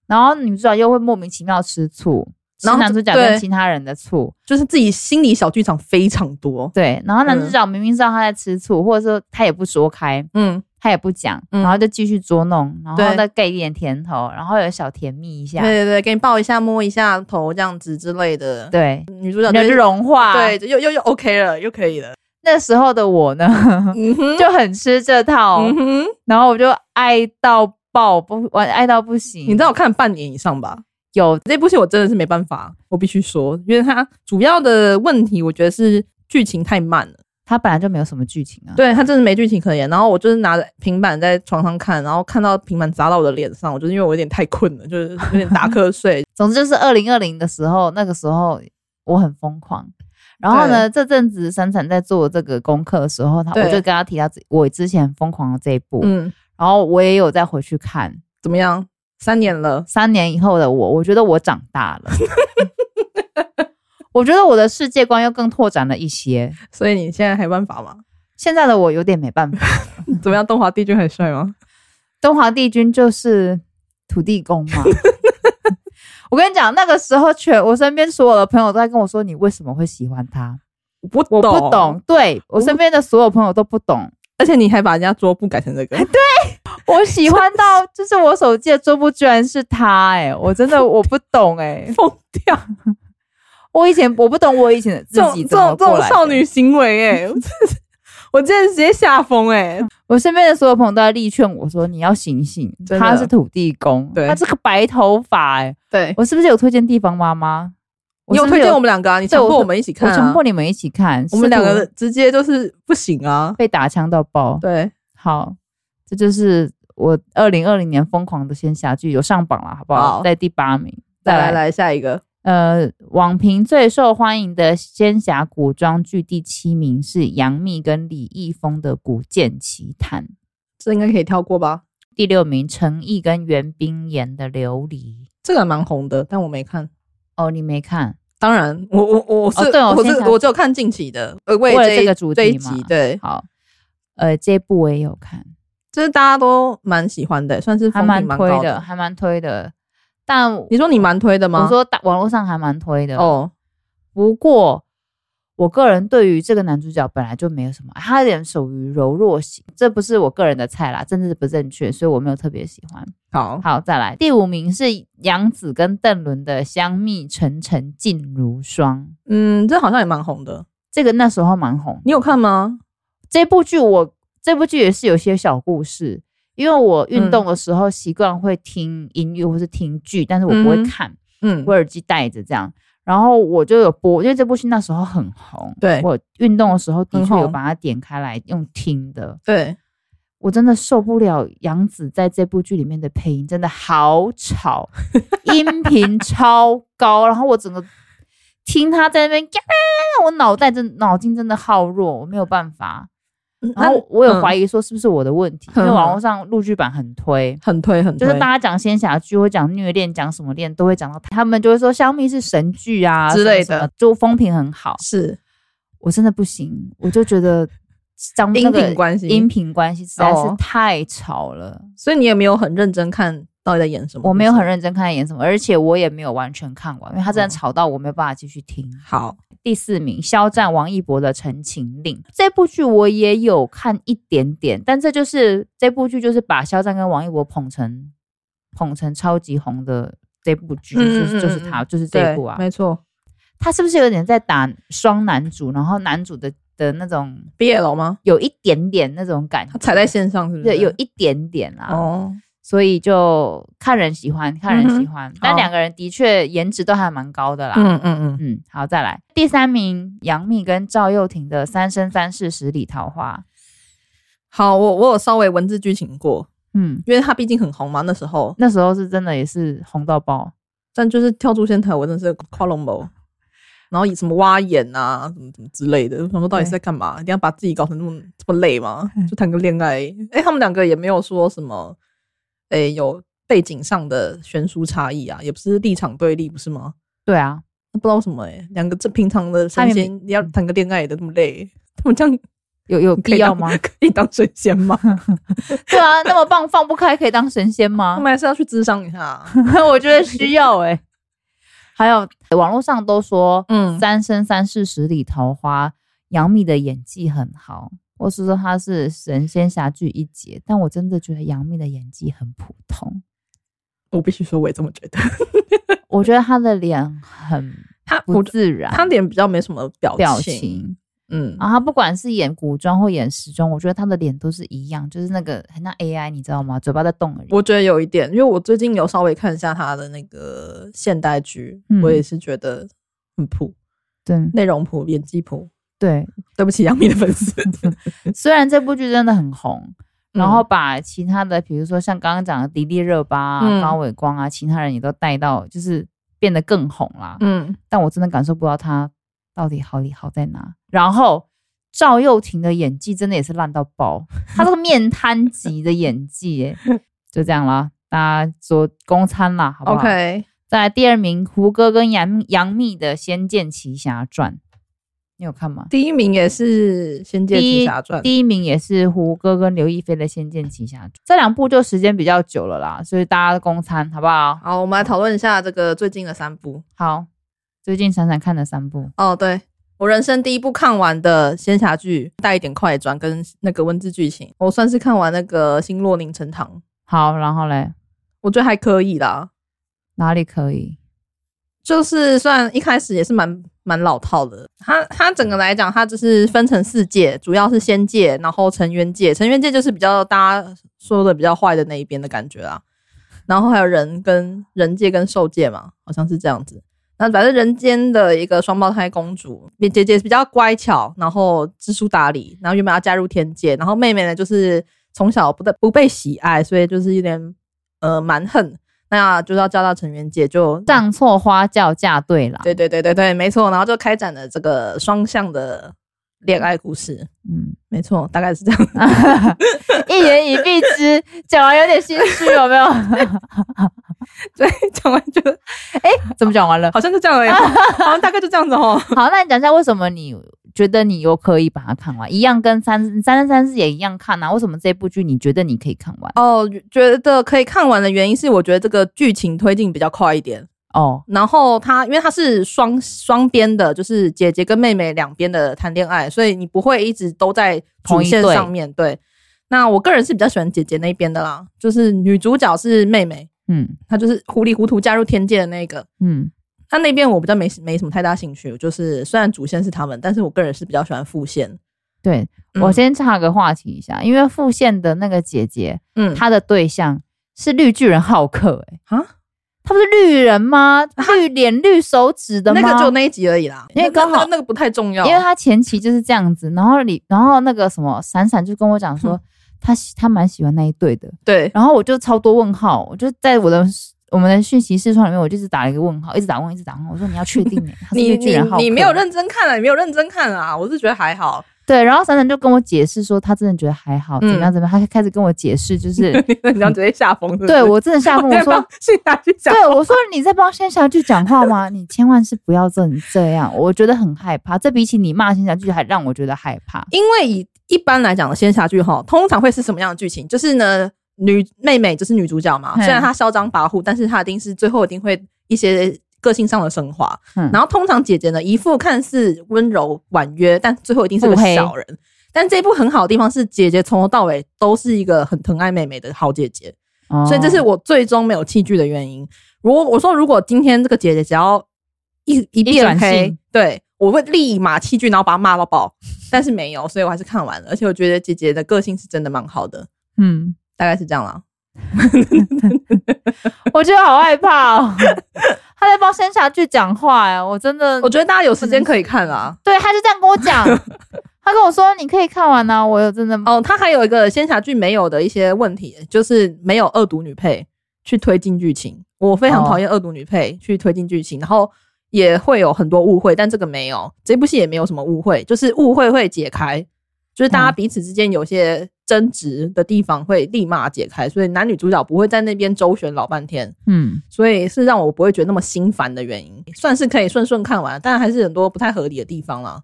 S2: 然后女主角又会莫名其妙吃醋，吃
S1: 然后
S2: 男主角跟
S1: 对
S2: 其他人的醋。
S1: 就是自己心理小剧场非常多。
S2: 对，然后男主角明明知道他在吃醋，或者说他也不说开，
S1: 嗯，
S2: 他也不讲，
S1: 嗯
S2: 然后就继续捉弄，然后
S1: 对
S2: 再给一点甜头，然后有小甜蜜一下
S1: 对，对对，给你抱一下、摸一下头这样子之类的。，
S2: 对，
S1: 女主角啊
S2: 然
S1: 就
S2: 后就融化。
S1: 对，，又又又 OK 了，又可以了。
S2: 那时候的我呢，
S1: 嗯哼，
S2: 就很吃这套，
S1: 嗯哼。
S2: 然后我就爱到爆，不我爱到不行。
S1: 你知道我看半年以上吧？
S2: 嗯有
S1: 这部戏我真的是没办法，我必须说，因为它主要的问题，我觉得是剧情太慢了。
S2: 他本来就没有什么剧情啊，
S1: 对，它真的没剧情可言。然后我就是拿着平板在床上看，然后看到平板砸到我的脸上，我就是因为我有点太困了，就是有点打瞌
S2: *laughs*
S1: 睡。
S2: 总之就是二零二零的时候，那个时候我很疯狂。然后呢，这阵子闪闪在做这个功课的时候，他我
S1: 对
S2: 就跟他提到自我之前疯狂的这一部，
S1: 嗯，
S2: 然后我也有再回去看
S1: 怎么样？三年了，
S2: 三年以后的我，我觉得我长大了，我觉得我的世界观又更拓展了一些。
S1: 所以你现在还有办法吗？
S2: 现在的我有点没办法。
S1: 怎么样？东华帝君很帅吗？
S2: 东华帝君就是土地公嘛。 *laughs* 我跟你讲，那个时候全我身边所有的朋友都在跟我说，你为什么会喜欢他？
S1: 我不
S2: 我不懂，，对我身边的所有朋友都不懂。
S1: 而且你还把人家桌布改成这个，
S2: *laughs*
S1: *laughs*
S2: 我喜欢到就是我手机的桌布居然是他、哎，我真的我不懂、哎，
S1: 疯掉！
S2: *laughs* 我以前我不懂我以前的自
S1: 这种
S2: 己
S1: 这
S2: 怎么
S1: 种这
S2: 过
S1: 种
S2: 来的
S1: 少女行为、欸，哎，我真的直接吓疯哎！
S2: 我身边的所有朋友都在力劝我说：“你要醒醒，
S1: 真的
S2: 他是土地公，
S1: 对
S2: 他这个白头发、哎，
S1: 对，
S2: 我是不是有推荐地方妈妈？
S1: 你有
S2: 是不是
S1: 推荐我们两个啊？你强
S2: 对
S1: 迫
S2: 我
S1: 我们一起看、
S2: 我
S1: 啊，
S2: 强迫你们一起看，
S1: 我们两
S2: 试
S1: 个
S2: 图
S1: 直接就是不行
S2: *laughs*
S1: 啊。
S2: 被打枪到爆。
S1: 对，
S2: 好，这就是我二零二零年疯狂的仙侠剧有上榜了，好不好？
S1: 好
S2: 在第八名，
S1: 再来，来下一个，
S2: 呃，网评最受欢迎的仙侠古装剧第七名是杨幂跟李易峰的《古剑奇谭》，
S1: 这应该可以跳过吧？
S2: 第六名陈毅跟袁冰妍的《琉璃》。
S1: 这个还蛮红的，但我没看。
S2: 哦，你没看？
S1: 当然，我我我是、
S2: 哦对哦
S1: 我
S2: 先
S1: 是
S2: 想
S1: 我只有看近期的，呃，为
S2: 为了
S1: 这一
S2: 这个主
S1: 这一
S2: 题嘛
S1: 集，对，
S2: 好，呃，这一部我也有看，
S1: 就是大家都蛮喜欢的，算是
S2: 还
S1: 风评
S2: 推
S1: 高
S2: 的，。还蛮推的。但
S1: 你说你蛮推的吗？
S2: 我说大网络上还蛮推的
S1: 哦，
S2: 不过我个人对于这个男主角本来就没有什么，他有点属于柔弱型，这不是我个人的菜啦，政治不正确，所以我没有特别喜欢。
S1: 好，
S2: 好，再来第五名是杨紫跟邓伦的《香蜜沉沉烬如霜》，
S1: 嗯，这好像也蛮红的，
S2: 这个那时候蛮红。
S1: 你有看吗？
S2: 这部剧我这部剧也是有些小故事，因为我运
S1: 嗯
S2: 动的时候习惯会听音乐或是听剧，但是我不会
S1: 嗯
S2: 看，
S1: 嗯
S2: 我，耳机戴着这样。然后我就有播，因为这部戏那时候很红，
S1: 对
S2: 我运动的时候的
S1: 很
S2: 确有
S1: 红
S2: 把它点开来用听的。
S1: 对，
S2: 我真的受不了杨紫在这部剧里面的配音，真的好
S1: *laughs*
S2: 吵，音频超高，然后我整个听她在那边， *laughs* 我脑袋真脑筋真的好弱，我没有办法。然
S1: 嗯那
S2: 后我有怀
S1: 疑，
S2: 疑说是不是我的问题，因
S1: 嗯
S2: 为网络上录剧版很推，
S1: 很推很
S2: 就
S1: 推，
S2: 是大家讲仙侠剧或讲虐恋、讲什么恋都会讲到，他们就会说香蜜是神剧啊
S1: 之类的
S2: 什么什么就风评很好。
S1: 是
S2: 我真的不行，我就觉得张那个
S1: 音频关系
S2: 音频关系实在是
S1: 哦
S2: 太吵了。
S1: 所以你也没有很认真看到底在演什么。
S2: 我没有很
S1: 认
S2: 认真看他演什么，而且我也没有完全看完，因为他真
S1: 哦
S2: 的吵到我没有办法继续听。
S1: 好，
S2: 第四名，肖战、王一博的《陈情令》这部剧我也有看一点点，但这就是这部剧就是把肖战跟王一博捧成捧成超级红的这部剧，
S1: 嗯
S2: 就是就是
S1: 嗯嗯
S2: 他就是这
S1: 对
S2: 一部啊，。
S1: 没错
S2: 他是不是有点在打双男主，然后男主的的那种
S1: ，BL 吗？
S2: 有一点点那种感觉，
S1: 他踩在线上是不是？
S2: 对有一点点啦、
S1: 哦，
S2: 所以就看人喜欢，看人喜欢。但
S1: 好
S2: 两个人的确颜值都还蛮高的啦。嗯
S1: 嗯嗯嗯，
S2: 好，再来第三名，杨幂跟赵又廷的《三生三世十里桃花》。
S1: 好，我我有稍微文字剧情过，
S2: 嗯，
S1: 因为他毕竟很红嘛，那时候，
S2: 那时候是真的也是红到爆。
S1: 但就是跳出仙台，我真的是跨龙某，然后以什么挖眼啊，什么什么之类的，我想说到底是在干嘛？一定要把自己搞成那么这么累吗？
S2: 嗯
S1: 就谈个恋爱？哎、他们两个也没有说什么，哎、有背景上的悬殊差异啊，也不是立场对立，不是吗？
S2: 对啊，
S1: 不知道为什么哎、两个这平常的神
S2: 他们
S1: 仙，你要谈个恋爱的那么累，他们这样
S2: 有有
S1: 可
S2: 必
S1: 以
S2: 要
S1: 当 *laughs*
S2: 吗？ *laughs*
S1: 可以当神仙吗？
S2: 对啊，那么棒放不开可以当神仙
S1: 他
S2: 吗 *laughs*
S1: 们？还是要去智商一下。啊
S2: 我觉得需 *laughs* 要哎、还有网络上都说，嗯，《
S1: 嗯
S2: 三生三世十里桃花》，杨幂的演技很好，或是说她是神仙侠剧一姐，但我真的觉得杨幂的演技很普通，
S1: 我必须说，我也这么觉
S2: *laughs*
S1: 得。
S2: 我觉得她的脸很
S1: 他
S2: 不
S1: 我觉
S2: 自然，
S1: 他脸比较没什么表
S2: 表
S1: 情，
S2: 情
S1: 嗯
S2: 啊，她不管是演古装或演时装，我觉得她的脸都是一样，就是那个很像 AI，你知道吗？嘴巴在动而已。
S1: 我觉得有一点，因为我最近有稍微看一下他的那个现代剧，
S2: 嗯
S1: 我也是觉得很普，
S2: 对
S1: 内容普，演技普。 *laughs*
S2: 对，
S1: 对不起，杨幂的粉丝。
S2: 虽然这部剧真的很红， *laughs* 然后
S1: 嗯
S2: 把其他的，比如说像刚刚讲的迪丽热巴、啊、
S1: 嗯
S2: 高伟光啊，其他人也都带到，就是变得更红啦。
S1: 嗯，
S2: 但我真的感受不到她到底好里好在哪。然后赵又廷的演技真的也是烂到爆，她这个面瘫级的演技耶、
S1: *laughs*
S2: 就这样啦，大家做公餐啦，好不好
S1: OK，
S2: 再来第二名，胡歌跟杨杨幂的《仙剑奇侠传》，你有看吗？
S1: 第一名也是《仙剑奇侠传》。
S2: 第一名也是胡歌跟刘亦菲的《仙剑奇侠传》，这两部就时间比较久了啦，所以大家公参好不好？
S1: 好，我们来讨论一下这个最近的三部。
S2: 好，最近闪闪看的三部，
S1: 哦，对我人生第一部看完的仙侠剧，带一点快转跟那个文字剧情，我算是看完那个《星落凝成堂》，
S2: 好，然后嘞，
S1: 我觉得还可以啦。
S2: 哪里可以？
S1: 就是虽然一开始也是蛮蛮老套的，它它整个来讲，它就是分成四界，主要是仙界，然后成员界，成员界就是比较大家说的比较坏的那一边的感觉啦。然后还有人跟人界跟兽界嘛，好像是这样子。那反正人间的一个双胞胎公主，姐姐比较乖巧，然后知书达理，然后原本要加入天界，然后妹妹呢就是从小不得不被喜爱，所以就是有点呃蛮横，那就要叫到成员界就
S2: 葬错花轿嫁对郎，
S1: 对对对对对，没错。然后就开展了这个双向的恋爱故事，
S2: 嗯，
S1: 没错，大概是这样。 *laughs*
S2: 一言以蔽之，讲完有点心虚，有
S1: *laughs*
S2: 没有？
S1: 对，讲完觉得
S2: 怎么讲完了？
S1: 好像就这样而已，哦好像大概就这样子哦。
S2: *laughs* 好，那你讲一下为什么你觉得你又可以把它看完，一样跟三三三三四也一样看啊？为什么这部剧你觉得你可以看完？
S1: 哦，觉得可以看完的原因是，我觉得这个剧情推进比较快一点。
S2: 哦，
S1: 然后他因为他是双双边的，就是姐姐跟妹妹两边的谈恋爱，所以你不会一直都在主线
S2: 同一队
S1: 上面对。那我个人是比较喜欢姐姐那边的啦，就是女主角是妹妹，
S2: 嗯
S1: 她就是糊里糊涂加入天界的那个。
S2: 嗯，
S1: 她那边我比较没没什么太大兴趣，就是虽然主线是他们，但是我个人是比较喜欢副线。
S2: 对
S1: 嗯
S2: 我先岔个话题一下，因为副线的那个姐姐，
S1: 嗯，
S2: 她的对象是绿巨人浩克、欸，
S1: 啊，
S2: 他不是绿人吗？绿脸、绿手指的吗？
S1: 那个就那一集而已啦，
S2: 因为
S1: 那
S2: 刚好
S1: 那那个不太重要，
S2: 因为他前期就是这样子，然后你，然后那个什么闪闪就跟我讲说，他喜他蛮喜欢那一对的，
S1: 对
S2: 然后我就超多问号，我就在我的我们的讯息视窗里面，我就一直打了一个问号，一直打问，一直打问，我说你要确定、欸、他是
S1: 你
S2: 绿巨
S1: 你
S2: 人浩克
S1: 你没有认真看啊，你没有认真看啊，我是觉得还好。 *laughs*
S2: 对，然后闪闪就跟我解释说，他真的觉得还好，怎么
S1: 嗯
S2: 样怎么样，他开始跟我解释，就是
S1: *laughs* 你这样直接下风是不是，
S2: 对我真的吓疯，我
S1: 在
S2: 说
S1: 帮信达去讲，
S2: 对，我说你在帮仙侠剧讲话吗？ *laughs* 你千万是不要这这样，我觉得很害怕。这比起你骂仙侠剧还让我觉得害怕。
S1: 因为以一般来讲的仙侠剧哈，通常会是什么样的剧情？就是呢，女妹妹就是女主角嘛，
S2: 嗯
S1: 虽然她嚣张跋扈，但是她一定是最后一定会一些个性上的升华。
S2: 嗯
S1: 然后通常姐姐呢，一副看似温柔婉约，但最后一定是个
S2: 腹黑
S1: 小人。但这一部很好的地方是，姐姐从头到尾都是一个很疼爱妹妹的好姐姐。
S2: 哦
S1: 所以这是我最终没有弃剧的原因。如果我说如果今天这个姐姐只要一一变
S2: 转
S1: 黑
S2: 性，
S1: 对我会立马弃剧，然后把她骂到爆。但是没有，所以我还是看完了。而且我觉得姐姐的个性是真的蛮好的，
S2: 嗯，
S1: 大概是这样啦。
S2: 我觉得好害怕哦。 *laughs* 他在帮仙侠剧讲话哎，我真的，
S1: 我觉得大家有时间可以看啦。
S2: 对，他就这样跟我 *laughs* 讲，他跟我说你可以看完呢、啊我有真的
S1: 哦，它还有一个仙侠剧没有的一些问题，就是没有恶毒女配去推进剧情。我非常
S2: 哦
S1: 讨厌恶毒女配去推进剧情，然后也会有很多误会，但这个没有，这部戏也没有什么误会，就是误会会解开，就是大家
S2: 嗯
S1: 彼此之间有些争执的地方会立马解开，所以男女主角不会在那边周旋老半天，
S2: 嗯，
S1: 所以是让我不会觉得那么心烦的原因，算是可以顺顺看完，但还是很多不太合理的地方啦。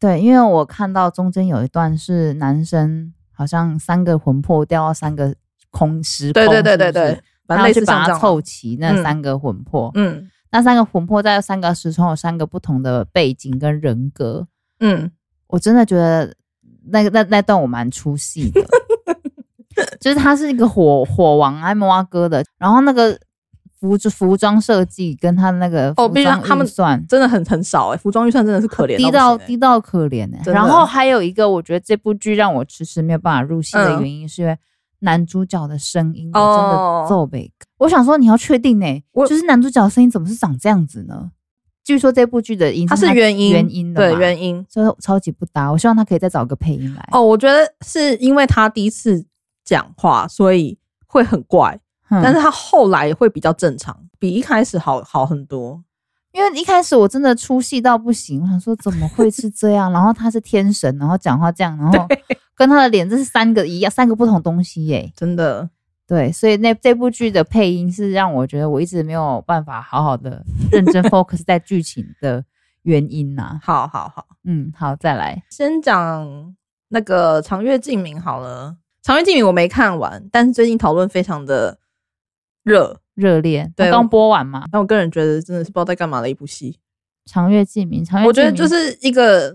S2: 对，因为我看到中间有一段是男生好像三个魂魄掉到三个空时空，
S1: 对对对对
S2: 是不是
S1: 对，反正
S2: 然后
S1: 类
S2: 去
S1: 似像这
S2: 把它
S1: 样啦。
S2: 凑齐那三个魂魄，
S1: 嗯
S2: 那三个魂魄在三个时空有三个不同的背景跟人格，
S1: 嗯，
S2: 我真的觉得那个那那段我蛮出戏的，就是他是一个火火王爱摩阿哥的，然后那个服服装设计跟他那个
S1: 哦
S2: 服
S1: 必须
S2: 装
S1: 他们
S2: 预算
S1: 真的很很少哎、服装预算真的是可怜
S2: 低
S1: 到
S2: 到
S1: 不行欸
S2: 低到可怜欸
S1: 真的
S2: 然后还有一个，我觉得这部剧让我迟迟没有办法入戏的
S1: 嗯
S2: 原因，是因为男主角的声音我真
S1: 哦
S2: 的皱眉。我想说，你要确定呢、欸
S1: 我
S2: 就是男主角的声音怎么是长这样子呢？据说这部剧的音
S1: 它是原因，
S2: 原音的
S1: 对
S2: 嘛
S1: 原因。
S2: 所以超级不搭。我希望他可以再找个配音来。
S1: 哦，我觉得是因为他第一次讲话，所以会很怪，
S2: 嗯，
S1: 但是他后来会比较正常，比一开始好好很多。
S2: 因为一开始我真的出戏到不行，我想说怎么会是这样？然后他是天神，然后讲话这样，然后跟他的脸这是三个一样，三个不同东西耶、
S1: 真的，
S2: 对，所以那这部剧的配音是让我觉得我一直没有办法好好
S1: *laughs*
S2: 的认真 focus 在剧情的原因呐、
S1: 好好好，
S2: 嗯，好，再来。
S1: 先讲那个长月烬明好了。长月烬明我没看完，但是最近讨论非常的热，
S2: 热恋，
S1: 对
S2: 它刚播完嘛，《
S1: 但我个人觉得真的是不知道在干嘛的一部戏。
S2: 长月烬明》。长月烬明，
S1: 我觉得就是一个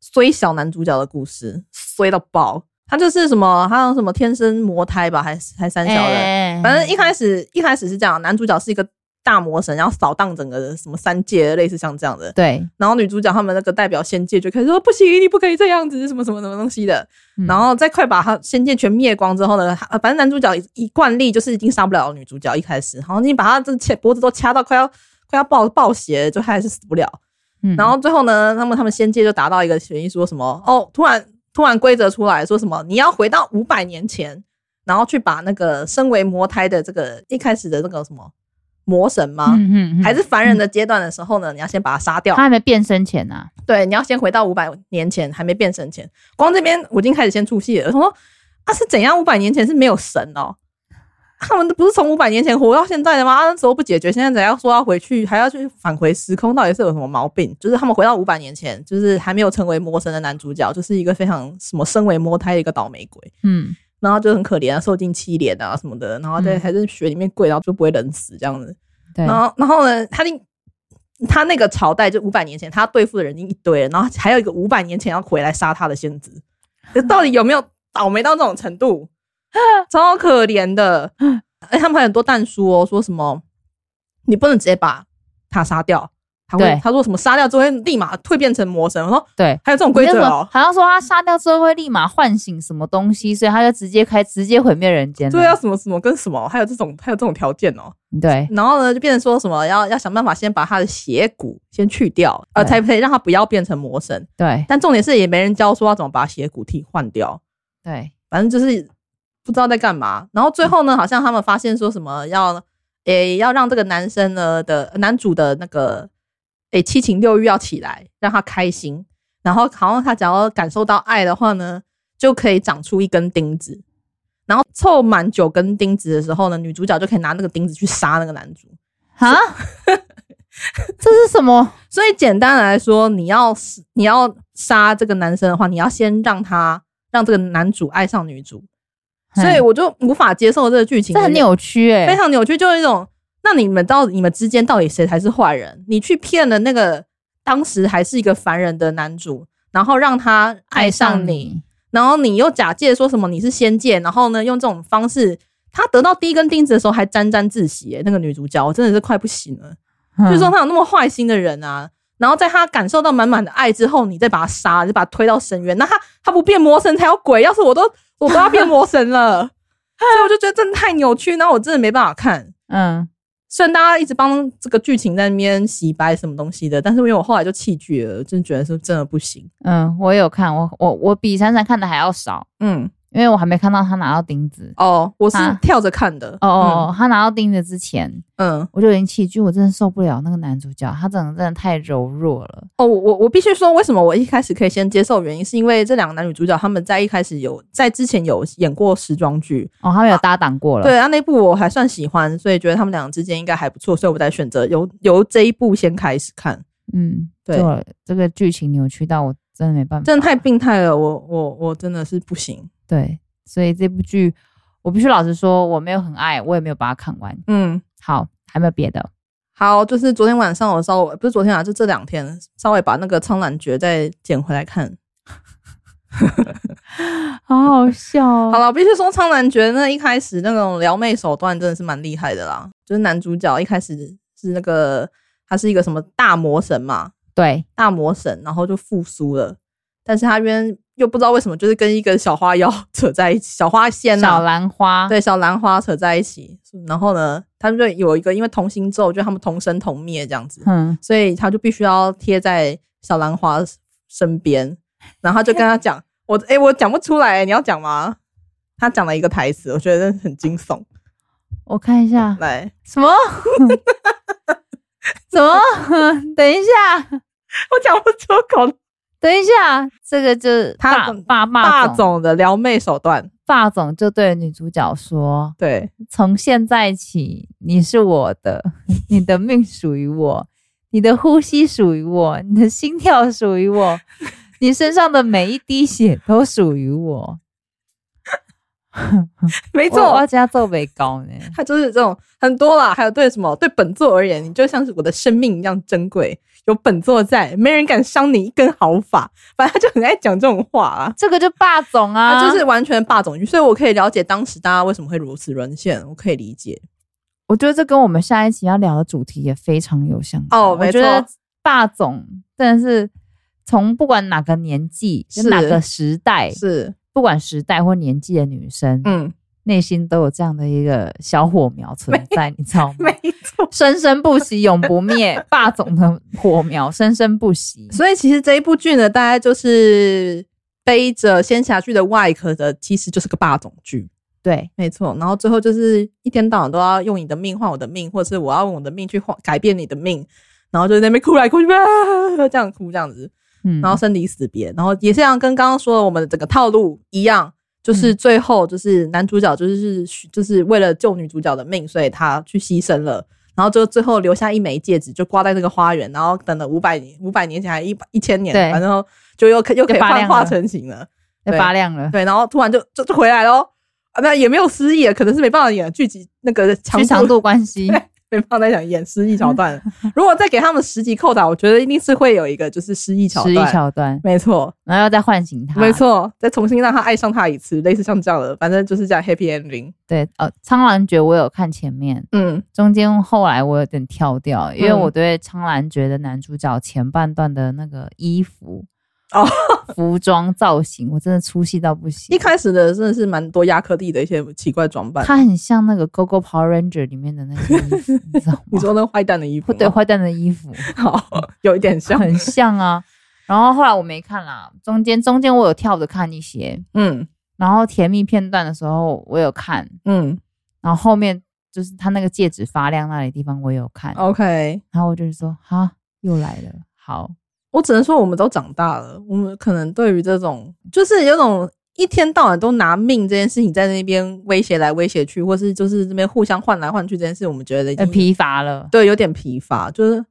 S1: 衰小男主角的故事，衰到爆。他就是什么，他有什么天生魔胎吧，还是还三小人。
S2: 哎
S1: 反正一开始一开始是这样，男主角是一个大魔神，然后扫荡整个什么三界，类似像这样的。
S2: 对，
S1: 然后女主角他们那个代表仙界就开始说不行，你不可以这样子，什么什么什么东西的。
S2: 嗯
S1: 然后再快把他仙界全灭光之后呢，他呃反正男主角一一惯例就是已经杀不了女主角，一开始，然后你把他这掐脖子都掐到快要快要爆爆血，就他还是死不了。
S2: 嗯
S1: 然后最后呢，他们他们仙界就达到一个协议，说什么哦，突然突然规则出来说什么，你要回到五百年前，然后去把那个身为魔胎的这个一开始的那个什么魔神吗？
S2: 嗯嗯嗯
S1: 还是凡人的阶段的时候呢，你要先把他杀掉
S2: 他。还没变身前呐、
S1: 对，你要先回到五百年前还没变身前。光这边我已经开始先出戏了，我想说啊是怎样？五百年前是没有神哦，他们不是从五百年前活到现在的吗？啊那时候不解决，现在怎样说要回去，还要去返回时空，到底是有什么毛病？就是他们回到五百年前，就是还没有成为魔神的男主角，就是一个非常什么身为魔胎的一个倒霉鬼。
S2: 嗯，
S1: 然后就很可怜啊，受尽凄怜啊什么的，然后在
S2: 嗯
S1: 还在雪里面跪，然后就不会冷死这样子。
S2: 对，
S1: 然后，然后呢，他那他那个朝代就五百年前，他对付的人已经一堆了，然后还有一个五百年前要回来杀他的先知，这到底有没有倒霉到这种程
S2: *laughs*
S1: 度？超可怜的。哎，他们还有很多蛋书哦，说什么你不能直接把他杀掉，他会
S2: 对
S1: 他说什么杀掉之后会立马蜕变成魔神。我说
S2: 对。
S1: 还有这种规
S2: 你
S1: 则
S2: 为什 *laughs*
S1: 哦
S2: 么？好像说他杀掉之后会立马唤醒什么东西，所以他就直接开直接毁灭人间了。
S1: 对啊，什么什么跟什么，还有这种还有这种条件哦。
S2: 对
S1: 然后呢，就变成说什么要要想办法先把他的邪骨先去掉，呃，
S2: 对
S1: 才可以让他不要变成魔神。
S2: 对
S1: 但重点是也没人教说要怎么把血骨替换掉，
S2: 对
S1: 反正就是不知道在干嘛。然后最后呢，好像他们发现说什么要诶要让这个男生呢的男主的那个诶七情六欲要起来，让他开心。然后好像他只要感受到爱的话呢，就可以长出一根钉子。然后凑满九根钉子的时候呢，女主角就可以拿那个钉子去杀那个男主。
S2: 啊，
S1: *laughs*
S2: 这是什么？
S1: 所以简单来说，你要是你要杀这个男生的话，你要先让他让这个男主爱上女主，所以
S2: 嘿
S1: 我就无法接受这个剧情，
S2: 哎这很扭曲哎、
S1: 非常扭曲，就是一种嗯那你们到底你们之间到底谁才是坏人？你去骗了那个当时还是一个凡人的男主，然后让他爱上你，，然后你又假借说什么你是仙界，然后呢用这种方式，他得到第一根钉子的时候还沾沾自喜、欸，那个女主角我真的是快不行了。就是说
S2: 嗯
S1: 他有那么坏心的人啊。然后在他感受到满满的爱之后，你再把他杀，你就把他推到深渊。那他他不变魔神才有鬼，要是我都我都要变魔神了，所以我就觉得真的太扭曲，然后我真的没办法看。
S2: 嗯，
S1: 虽然大家一直帮这个剧情在那边洗白什么东西的，但是因为我后来就弃剧了，真觉得是真的不行。
S2: 嗯，我有看，我我我比闪闪看的还要少，
S1: 嗯，
S2: 因为我还没看到他拿到钉子。
S1: 哦，我是
S2: 啊
S1: 跳着看的。
S2: 哦哦，他拿到钉子之前，
S1: 嗯，嗯，
S2: 我就已经弃剧，我真的受不了那个男主角，他整个真的太柔弱了。
S1: 哦，我我我必须说，为什么我一开始可以先接受，原因是因为这两个男女主角他们在一开始有在之前有演过时装剧，
S2: 哦，他们有搭档过了，
S1: 对啊，那部我还算喜欢，所以觉得他们两个之间应该还不错，所以我才选择由由这一部先开始看。
S2: 嗯，
S1: 对
S2: 就这个剧情扭曲到我真的没办法，
S1: 真的太病态了，我我我真的是不行。
S2: 对，所以这部剧我必须老实说，我没有很爱，我也没有把它看完。
S1: 嗯，
S2: 好，还没有别的，
S1: 好，就是昨天晚上我稍微不是昨天啊，就这两天稍微把那个《苍兰诀》再捡回来看。
S2: 好好笑哦
S1: 好了，我必须说《苍兰诀》那一开始那种撩妹手段真的是蛮厉害的啦，就是男主角一开始是那个他是一个什么大魔神嘛，
S2: 对，
S1: 大魔神，然后就复苏了，但是他边又不知道为什么，就是跟一个小花妖 *laughs* 扯在一起，小花仙
S2: 小
S1: 啊，
S2: 兰花，
S1: 对，小兰花扯在一起。然后呢，他们就有一个因为同心咒，就他们同生同灭这样子，
S2: 嗯，
S1: 所以他就必须要贴在小兰花身边，然后他就跟他讲，我诶、我讲不出来、你要讲吗？他讲了一个台词，我觉得很惊悚。
S2: 我看一下，
S1: 来，
S2: 什么？ *laughs* 什么？ *laughs* 等一下，
S1: *laughs* 我讲不出口。
S2: 等一下，这个就是
S1: 他
S2: 霸霸
S1: 霸
S2: 霸总
S1: 总的撩妹手段，
S2: 霸总就对女主角说：“
S1: 对，
S2: 从现在起，你是我的， *laughs* 你的命属于我，你的呼吸属于我，你的心跳属于
S1: *laughs*
S2: 我，你身上的每一滴血都属于我。
S1: 没
S2: 没
S1: 错，
S2: 我要加皱眉膏呢。
S1: 它就是这种很多啦，还有对什么对本座而言，你就像是我的生命一样珍贵，有本座在，没人敢伤你一根毫发。反正他就很爱讲这种话啊，
S2: 这个就霸总啊，
S1: 他就是完全霸总剧，所以我可以了解当时大家为什么会如此沦陷，我可以理解。
S2: 我觉得这跟我们下一期要聊的主题也非常有相关。
S1: 哦没
S2: 我
S1: 错
S2: 觉得霸总真的是从不管哪个年纪、就是哪个时代，
S1: 是，
S2: 不管时代或年纪的女生，
S1: 哎嗯，
S2: 内心都有这样的一个小火苗存在，你知道吗
S1: 没？错。
S2: 生生不息，永不灭，霸总的火苗生生不息。
S1: 所以其实这一部剧呢，大概就是背着仙侠剧的外壳的，其实就是个霸总剧。
S2: 对
S1: 没错，然后最后就是一天到晚都要用你的命换我的命，或者是我要用我的命去换改变你的命，然后就在那边哭来哭去，啊这样哭这样子，
S2: 嗯，
S1: 然后生离死别，然后也是像跟刚刚说的我们的整个套路一样，就是
S2: 嗯
S1: 最后就是男主角就是就是为了救女主角的命，所以他去牺牲了。然后就最后留下一枚戒指，就挂在那个花园，然后等了五百年、五百年前还一百一千年，
S2: 对
S1: 反正就又可又可以
S2: 又发
S1: 幻
S2: 亮
S1: 化
S2: 了
S1: 成型了。
S2: 要发亮 *laughs* 了，
S1: 对，然后突然就就哦就回来喽。啊，那也没有失忆，可能是没办法演剧集那个
S2: 去
S1: 长 *laughs*
S2: 长度关系。
S1: 被放在想演失忆桥
S2: *laughs*
S1: 段。如果再给他们十级扣打，我觉得一定是会有一个就是失忆桥
S2: 失忆
S1: 段。
S2: 桥啊段，
S1: 没错，
S2: 然后要再唤醒他。
S1: 没，错，再重新让他爱上他一次，类似像这样的，反正就是这样 happy ending。
S2: 对，呃，《苍兰诀》我有看前面，
S1: 嗯
S2: 中间后来我有点跳掉，因为
S1: 嗯
S2: 我对《苍兰诀》的男主角前半段的那个衣服
S1: 哦，
S2: 服装造型，我真的出戏到不行。
S1: 一开始的真的是蛮多亚克力的一些奇怪装扮。
S2: 它很像那个《Go Go Power Ranger》里面的那些衣服，你知道吗？
S1: *laughs* 你说那坏蛋的衣服
S2: 会
S1: 吗？
S2: 对坏蛋的衣
S1: *laughs*
S2: 服
S1: 好，有一点像。
S2: 很像啊。然后后来我没看啦，中间中间我有跳着看一些，
S1: 嗯
S2: 然后甜蜜片段的时候我有看，
S1: 嗯
S2: 然后后面就是他那个戒指发亮那里地方我有看，
S1: 哦，OK。
S2: 然后我就是说哈又来了，好
S1: 我只能说，我们都长大了，我们可能对于这种就是有种一天到晚都拿命这件事情在那边威胁来威胁去，或是就是这边互相换来换去这件事，我们觉得已
S2: 呃
S1: 经
S2: 疲乏了，
S1: 对有点疲乏，就是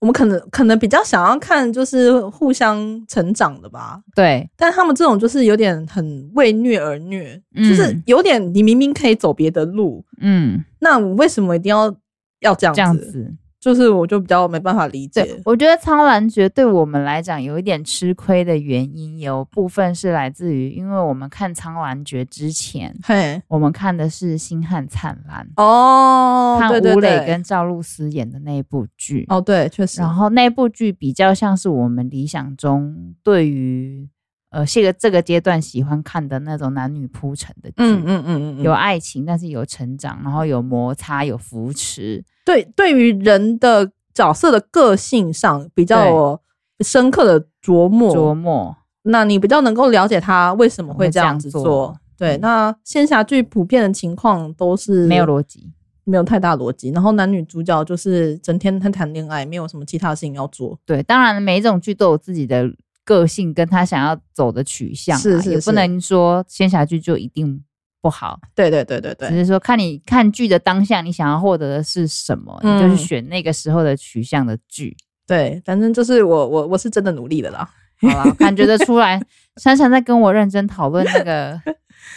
S1: 我们可能可能比较想要看就是互相成长的吧，
S2: 对
S1: 但他们这种就是有点很为虐而虐，
S2: 嗯
S1: 就是有点你明明可以走别的路，
S2: 嗯
S1: 那我为什么一定要要这样
S2: 这样子。
S1: 就是我就比较没办法理解
S2: 对，。我觉得《苍兰诀》对我们来讲有一点吃亏的原因，有部分是来自于，因为我们看《苍兰诀》之前，
S1: 嘿，
S2: 我们看的是《星汉灿烂》，
S1: 哦，
S2: 看
S1: 对对
S2: 吴磊
S1: 对
S2: 跟赵露思演的那一部剧。
S1: 哦，对，确实。
S2: 然后那部剧比较像是我们理想中对于呃这个这个阶段喜欢看的那种男女铺陈的剧，
S1: 嗯嗯嗯嗯，
S2: 有
S1: 有
S2: 爱情，但是有成长，然后有摩擦，有扶持，
S1: 对对于人的角色的个性上比较有深刻的琢磨，
S2: 琢磨。
S1: 那你比较能够了解他为什么会这样子
S2: 会这样
S1: 做
S2: 做。
S1: 对，
S2: 嗯
S1: 那仙侠剧普遍的情况都是
S2: 没有逻辑，
S1: 没有太大逻辑，然后男女主角就是整天在谈恋爱，没有什么其他事情要做。
S2: 对，当然每一种剧都有自己的个性跟他想要走的取向啊、
S1: 是是
S2: 也
S1: 是
S2: 不能说仙侠剧就一定不好，
S1: 对对对对
S2: 只
S1: 对，
S2: 是说看你看剧的当下，你想要获得的是什么，
S1: 嗯
S2: 你就去选那个时候的取向的
S1: *laughs*
S2: 剧。
S1: 对，反正就是我我我是真的努力的啦。
S2: 好了，感觉得出来，珊珊在跟我认真讨论
S1: *laughs*
S2: 那个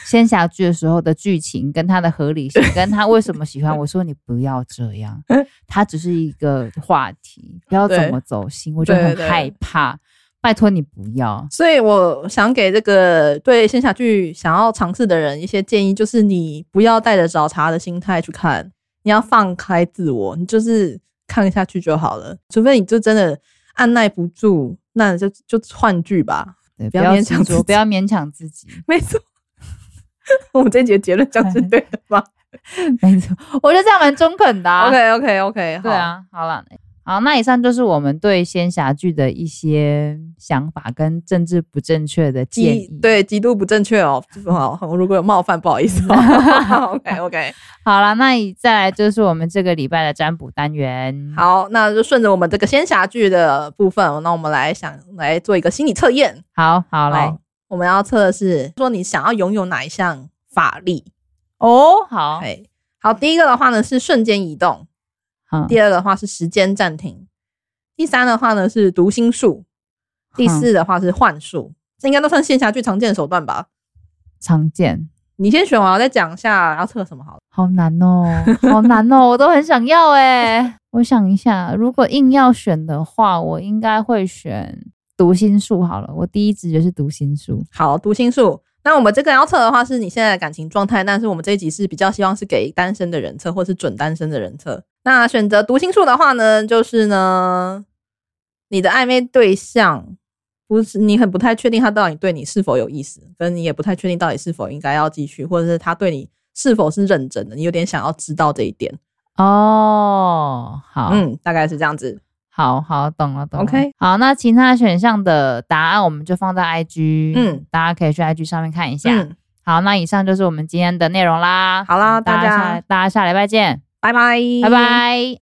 S2: 仙侠剧的时候的剧情，跟它的合理性，跟她为什么喜欢。我说你不要这
S1: *laughs*
S2: 样，它只是一个话题，不要怎么走心，我就
S1: 对
S2: 很
S1: 对
S2: 害怕。拜托你不要，
S1: 所以我想给这个对仙侠剧想要尝试的人一些建议，就是你不要带着找茬的心态去看，你要放开自我，你就是看下去就好了。除非你就真的按耐不住，那就就换剧吧。
S2: 对，
S1: 不
S2: 不
S1: 要
S2: 要
S1: 勉
S2: 执
S1: 强自己
S2: 着，不要勉强自己。 *laughs*
S1: 没错， *laughs* 我们这一节结论讲是对的吗
S2: 没错，我觉得这样蛮中肯
S1: *laughs*
S2: 的、啊。
S1: ？OK OK OK，
S2: 对，啊，好了，好，那以上就是我们对仙侠剧的一些想法跟政治不正确的建
S1: 极
S2: 议。，
S1: 对极度不正确哦，好，如果有冒犯，不好意思、
S2: *laughs*
S1: 哦。OK *laughs* OK，
S2: 好了，那以再来就是我们这个礼拜的占卜单元。，
S1: 好，那就顺着我们这个仙侠剧的部分，那我们来想来做一个心理测验。
S2: 好，好来，
S1: 我们要测的是说你想要拥有哪一项法力。
S2: 哦，好，
S1: 对，好，第一个的话呢是瞬间移动，
S2: 嗯
S1: 第二个的话是时间暂停，第三的话呢是读心术，第四的话是幻术，这应该都算线下最常见的手段吧？
S2: 常见，
S1: 你先选完，我再讲一下要测什么好了。
S2: 好难
S1: *laughs*
S2: 哦，好难哦，我都很想要哎、我想一下，如果硬要选的话，我应该会选读心术好了。我第一直觉是读心术，
S1: 好，读心术。那我们这个要测的话是你现在的感情状态，但是我们这一集是比较希望是给单身的人测，或是准单身的人测。那选择读心术的话呢，就是呢，你的暧昧对象不是你很不太确定他到底对你是否有意思，跟你也不太确定到底是否应该要继续，或者是他对你是否是认真的，你有点想要知道这一点。
S2: 哦，好，
S1: 嗯，大概是这样子。
S2: 好好，懂了，懂了。
S1: OK
S2: 好，那其他选项的答案我们就放在 IG，
S1: 嗯，
S2: 大家可以去 IG 上面看一下。
S1: 嗯，
S2: 好，那以上就是我们今天的内容啦。
S1: 好啦，
S2: 大
S1: 大
S2: 家下
S1: 家
S2: 大家下礼拜见，
S1: 拜拜，
S2: 拜。拜。